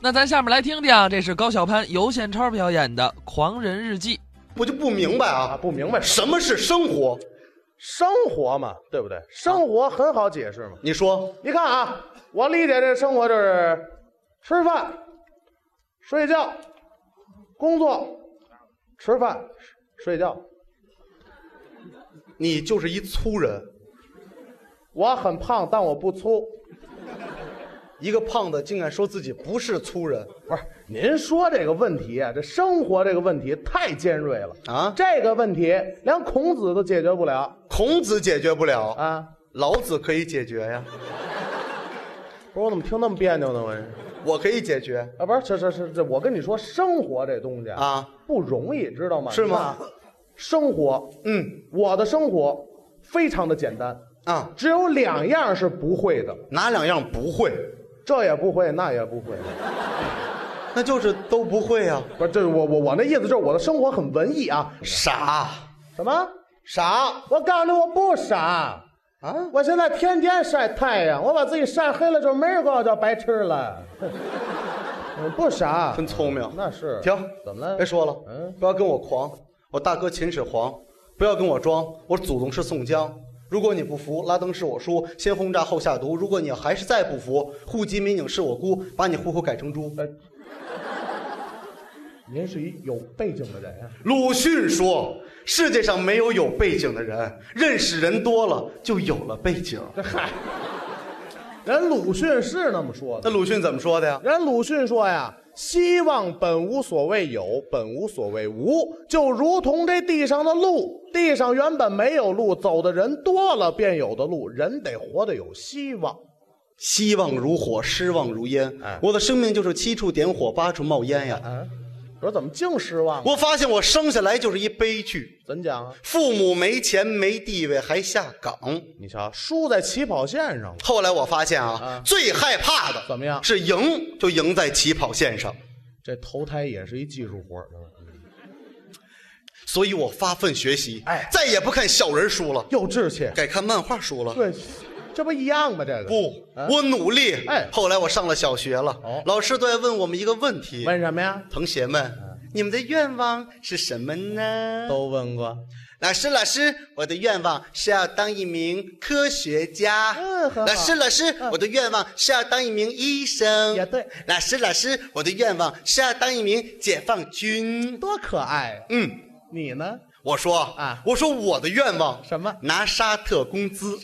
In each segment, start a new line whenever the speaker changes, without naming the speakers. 那咱下面来听听啊，这是高晓攀、尤宪超表演的《狂人日记》。
我就不明白
啊，
啊，
不明白
什么是生活？
生活嘛，对不对？生活很好解释嘛。
你说
你看啊，我理解这生活就是吃饭、睡觉、工作、吃饭、睡觉。
你就是一粗人，
我很胖，但我不粗。
一个胖子竟敢说自己不是粗人
不是，您说这个问题啊，这生活这个问题太尖锐了。
啊！
这个问题连孔子都解决不了
孔子解决不了，
啊！
老子可以解决呀，
不是我怎么听那么别扭呢？我这
我可以解决
啊，不是，这这这这，我跟你说，生活这东西
啊。
不容易，知道吗？
是吗
你看啊？生活，
嗯
我的生活非常的简单，
啊，
只有两样是不会的，
哪两样不会？
这也不会，那也不会。
那就是都不会啊。
不是，这是我我我那意思就是我的生活很文艺啊。
傻
什么？
傻
我告诉你，我不傻，
啊！
我现在天天晒太阳，我把自己晒黑了之后，没人管我叫白痴了。我不傻，
真聪明。
那是
停，
怎么了
别说了，
嗯
不要跟我狂，我大哥秦始皇，不要跟我装，我祖宗是宋江。如果你不服，拉登是我叔，先轰炸后下毒。如果你还是再不服，户籍民警是我姑，把你户口改成猪。
您是一有背景 的人啊。
鲁迅说：“世界上没有有背景的人，认识人多了就有了背景。
嗨，人鲁迅是那么说”
那
的。
鲁迅怎么说的呀？
人鲁迅说呀：“希望本无所谓有，本无所谓无，就如同这地上的路，地上原本没有路，走的人多了便有的路。人得活得有希望。
希望如火，失望如烟。
哎
我的生命就是七处点火，八处冒烟呀。
啊，说怎么净失望？啊
我发现我生下来就是一悲剧。
怎讲啊？
父母没钱没地位还下岗。
你瞧，输在起跑线上了。
后来我发现啊，
啊
最害怕的
怎么样
是赢就赢在起跑线上，
这投胎也是一技术活儿。
所以我发奋学习，
哎
再也不看小人书了，
有志气。
改看漫画书了。
对，这不一样吗？这个
不，
啊
我努力。
哎
后来我上了小学了，
哦
老师都在问我们一个问题：
问什么呀？
同学们，
嗯
你们的愿望是什么呢？
都问过。
老师，老师，我的愿望是要当一名科学家。
嗯很好
老师，老师，我的愿望是要当一名医生。
也对。
老师，老师，我的愿望是要当一名解放军。
多可爱呀、
嗯，
你呢？
我说
啊
我说我的愿望
什么
拿沙特工资，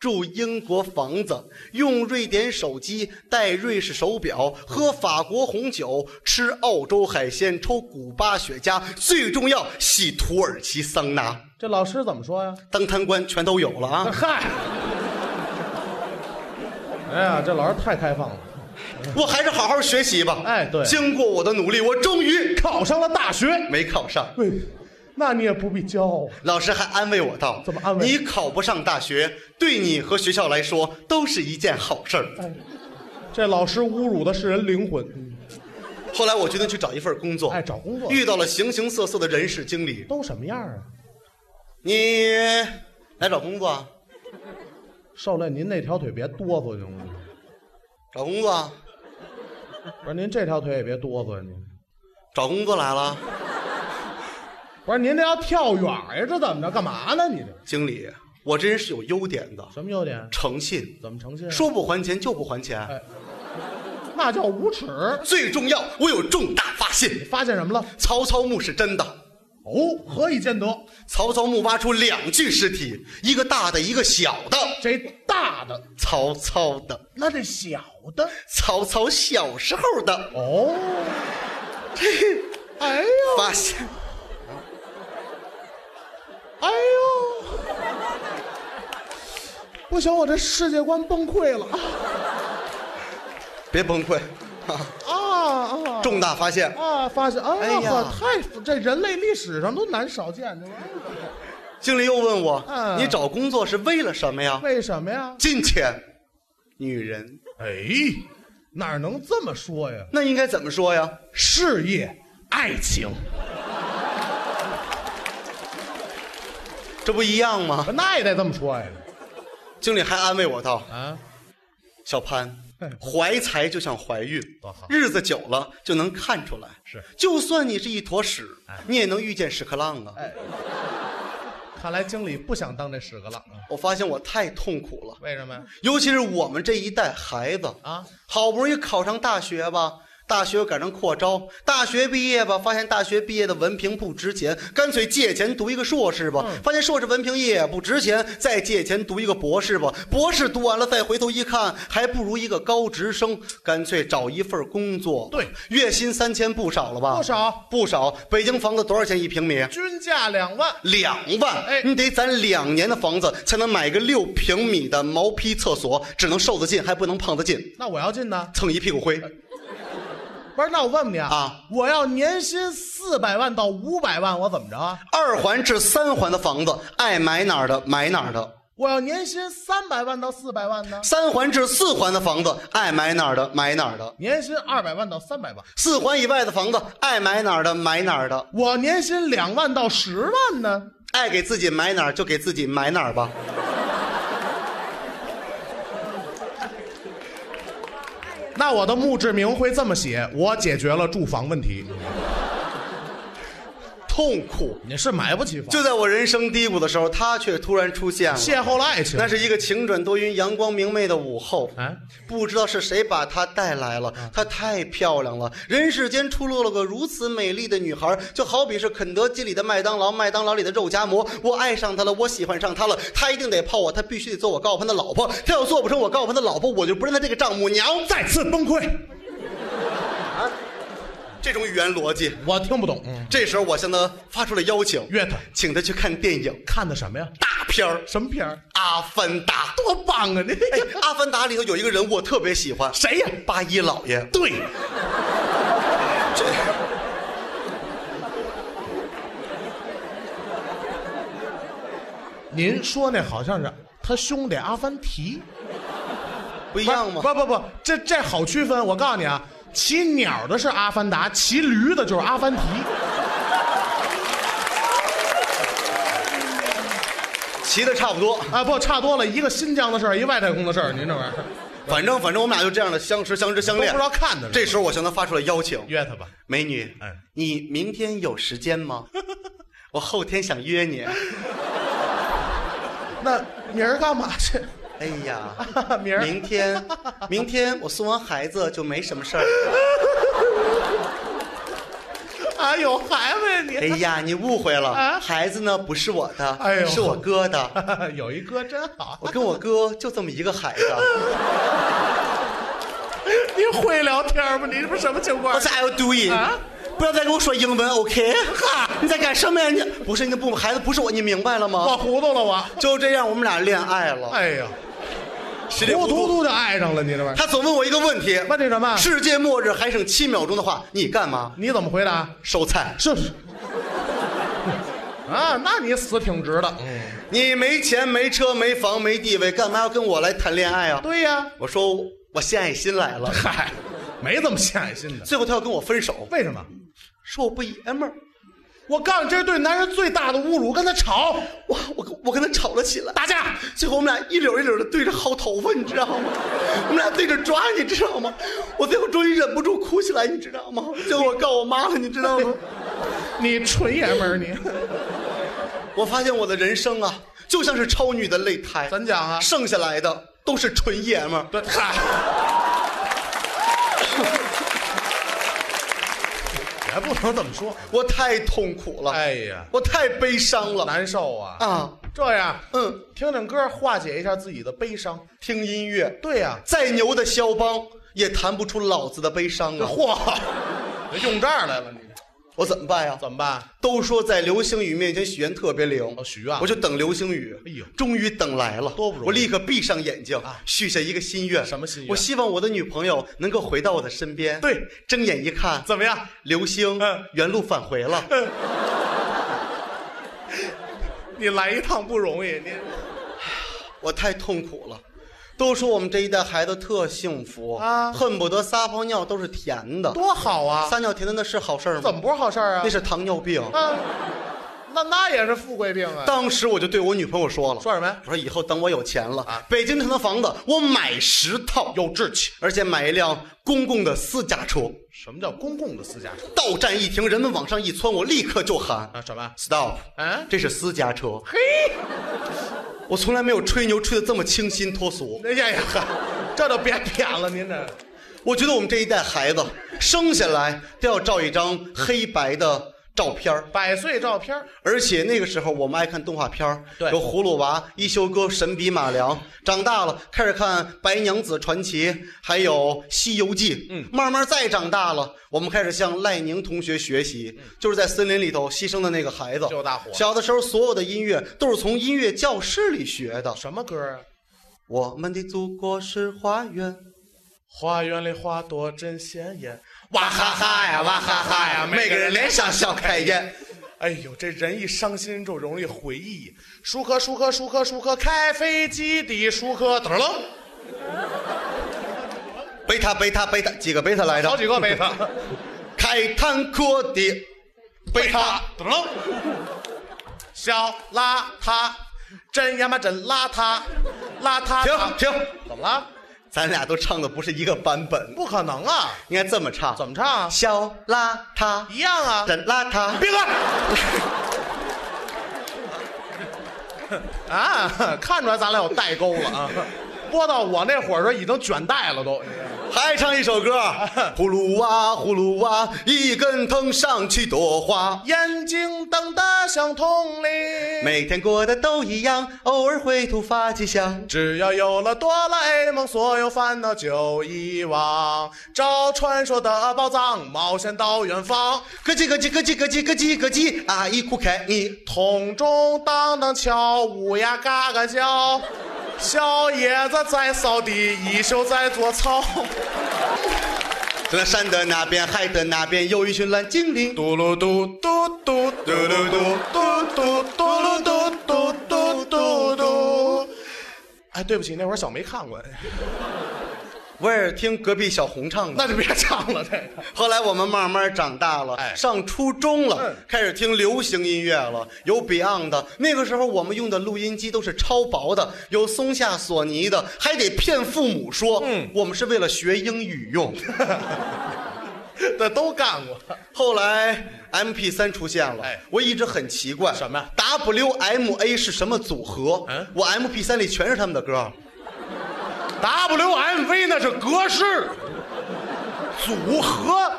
住英国房子，用瑞典手机，戴瑞士手表，
嗯
喝法国红酒，吃澳洲海鲜，抽古巴雪茄，最重要洗土耳其桑拿。
这老师怎么说呀、
当贪官全都有了啊！
嗨，哎呀，这老师太开放了，
我还是好好学习吧。
哎对
经过我的努力，我终于
考上了大学。
没考上。
对，那你也不必骄傲。
老师还安慰我道：“
怎么安慰
你考不上大学，对你和学校来说都是一件好 事儿。
这老师侮辱的是人灵魂。”
后来我决定去找一份工作，
哎，找工作
遇到了形形色色的人事经理。
都什么样啊？
你来找工作啊？
少帅，您那条腿别哆嗦行吗？
找工作啊？
不是您这条腿也别哆嗦呀，您。
找工作来了，
不是您这要跳远呀？这怎么着？干嘛呢？你这
经理，我这人是有优点的，
什么优点？
诚信，
怎么诚信？
说不还钱就不还钱。
哎那叫无耻。
最重要，我有重大发现。
发现什么了？
曹操墓是真的。
哦，何以见得？
曹操墓挖出两具尸体，一个大的，一个小的。
这大的，
曹操的，
那这小的，
曹操小时候的，
哦， 哎呦，
发现
哎呦，不行，我这世界观崩溃了
别崩溃，啊
啊啊
重大发现。
啊！发现，哎
哎
呀，
呀
太这人类历史上都难少见，这玩意儿
经理又问我，
嗯
你找工作是为了什么呀？
为什么呀？
金钱，女人，
哎，哪能这么说呀？
那应该怎么说呀？
事业、爱情，
这不一样吗？
那也得这么说呀？
经理还安慰我道
啊，：“
小潘，怀才就像怀孕，
多好
日子久了就能看出来。
是，
就算你是一坨屎，你也能遇见屎壳郎啊！
看来经理不想当这屎壳郎啊？
我发现我太痛苦了，
为什么呀？
尤其是我们这一代孩子，
啊，
好不容易考上大学吧。大学赶上扩招，大学毕业吧，发现大学毕业的文凭不值钱，干脆借钱读一个硕士吧。
嗯
发现硕士文凭也不值钱，再借钱读一个博士吧。博士读完了，再回头一看，还不如一个高职生，干脆找一份工作。
对，
月薪三千不少了吧？
不少
不少。北京房子多少钱一平米？
均价两万，
两万，
哎
你得攒两年的房子才能买个六平米的毛坯厕所，只能瘦得进，还不能胖得进，
那我要进呢？
蹭一屁股灰。
不是，那我问你啊，
啊
我要年薪四百万到五百万，我怎么着啊？
二环至三环的房子，爱买哪儿的买哪儿的；
我要年薪三百万到四百万呢？
三环至四环的房子，爱买哪儿的买哪儿的；
年薪二百万到三百万，
四环以外的房子，爱买哪儿的买哪儿的，
我年薪两万到十万呢？
爱给自己买哪儿就给自己买哪儿吧。
那我的墓志铭会这么写：我解决了住房问题。
痛苦
你是买不起房，
就在我人生低谷的时候，他却突然出现了。
邂逅了爱情。
那是一个晴转多云、阳光明媚的午后。
哎，
不知道是谁把她带来了，她太漂亮了。人世间出落了个如此美丽的女孩，就好比是肯德基里的麦当劳，麦当劳里的肉夹馍。我爱上她了，我喜欢上她了，她一定得泡我，她必须得做我高攀的老婆。她要做不成我高攀的老婆，我就不认她这个丈母娘。
再次崩溃，
这种语言逻辑，
我听不懂。嗯，
这时候我向她发出了邀请，
乐他
请她去看电影
看的什么呀？
大片儿《
什么片儿？
阿凡达》。
多棒啊！你、
哎，《阿凡达》里头有一个人物我特别喜欢，
谁呀、
八一老爷。
对，您说那好像是他兄弟阿凡提，
不一
一
样吗？
不不不，这这好区分。我告诉你啊，骑鸟的是阿凡达，骑驴的就是阿凡提。
骑的差不多，
啊，不差多了，一个新疆的事儿，一外太空的事儿，您这玩意儿
反正反正我们俩就这样的相识、相知、相
都不
恋
知。道看的。
这时候我向他发出了邀 请
约他吧，：“
美女，
哎
你明天有时间 吗？我后天想约你。
那明儿干嘛去？
哎呀，
明儿
明天， 明天我送完孩子就没什么事儿。
啊，有孩子呀
哎
你？
呀，你误会了，
啊
孩子呢不是我的，
哎呦
是我哥的。
有一哥真好，
我跟我哥就这么一个孩子。
你会聊天吗？你这不是什么情况
What？are you doing？、
啊
不要再跟我说英文，OK？哈，你在干什么呀？你不是你的不孩子不是我，你明白了吗？
我糊涂了，我。
就这样，我们俩恋爱了，
哦哎呀，
稀里
糊
糊
涂
涂。
涂就爱上了你这玩意儿。
他总问我一个问题：
问你什么？
世界末日还剩七秒钟的话，你干嘛？
你怎么回答？
收菜。
是 是。啊，那你死挺直的。嗯，
你没钱、没车、没房、没地位，干嘛要跟我来谈恋爱啊？
对呀。
我说我献爱心来了。
嗨，没这么献爱心的。
最后他要跟我分手，
为什么？
说我不爷们儿，
我告诉你，这是对男人最大的侮辱。跟他吵
我我我跟他吵了起来。
打架，
最后我们俩一绺一绺的对着薅头发，你知道吗？我们俩对着抓，你知道吗？我最后终于忍不住哭起来，你知道吗？最后我告我妈了，你知道吗？
你纯爷们儿你。
我发现我的人生啊，就像是超女的擂台，
怎讲啊？
剩下来的都是纯爷们儿。
对，嗨。 也不能这么说，
我太痛苦了，
哎呀
我太悲伤了
难受啊！
啊！
这样，
嗯，
听听歌，化解一下自己的悲伤。
听音乐，
对呀、
再牛的肖邦也弹不出老子的悲伤啊！
嚯，用这儿来了你，
我怎么办呀？
怎么办？
都说在流星雨面前许愿特别灵，
哦许愿
我就等流星雨。
哎呦
终于等来了，
多不容易啊
我立刻闭上眼睛，许下一个心愿。
什么心愿
我希望我的女朋友能够回到我的身边。
对，
睁眼一看，
怎么样？
流星
嗯
原路返回了。
你来一趟不容易，你
我太痛苦了。都说我们这一代孩子特幸福
啊
恨不得撒泡尿都是甜的。
多好啊！
撒尿甜的那是好事儿吗？
怎么不是好事儿啊？
那是糖尿病。
啊，那那也是富贵病啊！
当时我就对我女朋友说了，
说什么呀
我说以后等我有钱了，
啊
北京城的房子我买十套，有志气，而且买一辆公共的私家车，
什么叫公共的私家车
到站一停，人们往上一窜，我立刻就喊
啊？什么？
stop，
啊？
这是私家车。
嘿，
我从来没有吹牛吹得这么清新脱俗。
哎呀呀，这就别舔了，您这
我觉得我们这一代孩子生下来都要照一张黑白的照片儿
百岁照片儿
而且那个时候我们爱看动画片儿
对
有葫芦娃、一休哥、神笔马良。长大了开始看《白娘子传奇》，还有《西游记》。嗯，慢慢再长大了，我们开始向赖宁同学学习，就是在森林里头牺牲的那个孩子。
就大伙
小的时候，所有的音乐都是从音乐教室里学的。
什么歌啊？
我们的祖国是花园，
花园里花朵真鲜艳，
哇哈哈呀，哇哈哈呀， 每个人脸上笑开颜。
哎呦，这人一伤心就容易回忆。舒克舒克舒克舒克，开飞机的舒克，噔楞，
贝塔贝塔贝塔，几个贝塔来
好
着？
几个贝塔，
开坦克的贝塔。
噔楞，小邋遢，真呀妈真邋遢，邋遢。
停，停，
怎么了？
咱俩都唱的不是一个版本，
不可能啊！
应该这么唱。
怎么唱啊？
小邋遢，
一样啊！
真邋遢。
闭嘴！ 啊，看出来咱俩有代沟了啊！播到我那会儿的时候已经卷带了都。
还唱一首歌，葫芦娃、葫芦娃，一根藤上去朵花。
眼睛瞪得像铜铃。
每天过得都一样，偶尔会突发奇想。
只要有了哆啦 A 梦，所有烦恼就遗忘。找传说的宝藏，冒险到远方。
咯叽咯叽咯叽咯叽咯叽咯叽，
啊
阿姨哭开你。
铜钟当当敲，乌鸦嘎嘎叫，小叶子在扫地，一宿在做操。
在山的那边，海的那边，有一群蓝精灵。
嘟噜嘟嘟嘟嘟噜嘟嘟嘟嘟噜嘟嘟嘟嘟嘟。哎，对不起，那会儿小没看过，哎
我也是听隔壁小红唱的。
那就别唱了。这个
后来我们慢慢长大了，
哎
上初中了，
嗯
开始听流行音乐了，有 Beyond 的。那个时候我们用的录音机都是超薄的，有松下、索尼的，还得骗父母说，
嗯
我们是为了学英语用。
这都干过。
后来 MP 3出现了，
哎
我一直很奇怪，
什么
WMA 是什么组合？
嗯
我 MP 3里全是他们的歌，
WMV 那是格式组合，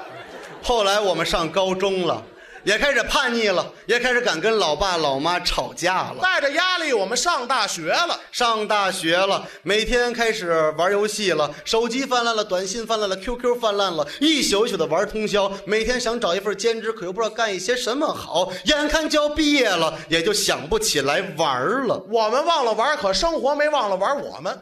后来我们上高中了，也开始叛逆了，也开始敢跟老爸老妈吵架了。
带着压力我们上大学了。
上大学了，每天开始玩游戏了，手机泛滥了，短信泛滥了，QQ 泛滥了，一宿一宿的玩通宵。每天想找一份兼职，可又不知道干一些什么好。眼看就要毕业了，也就想不起来玩了。
我们忘了玩，可生活没忘了玩我们。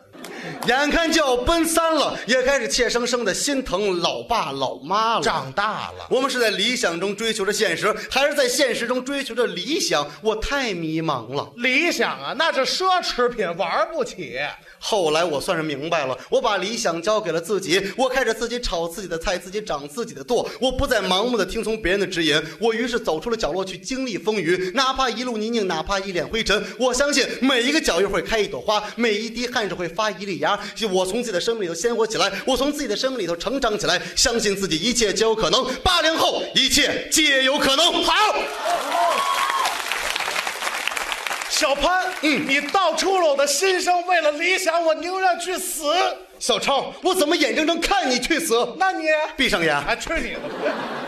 眼看就要奔三了，也开始怯生生的心疼老爸老妈了。
长大了，
我们是在理想中追求着现实，还是在现实中追求着理想？我太迷茫了。
理想啊，那是奢侈品，玩不起。
后来我算是明白了，我把理想交给了自己，我开始自己炒自己的菜，自己长自己的舵，我不再盲目的听从别人的指引，我于是走出了角落去经历风雨，哪怕一路泥泞，哪怕一脸灰尘，我相信每一个脚印会开一朵花，每一滴汗水会发一粒芽，我从自己的生命里头鲜活起来，我从自己的生命里头成长起来，相信自己一切皆有可能，八零后一切皆有可能，好。
小潘，嗯，你道出了我的心声。为了理想，我宁愿去死。
小超，我怎么眼睁睁看你去死？
那你，
闭上眼。
啊，去你的吧！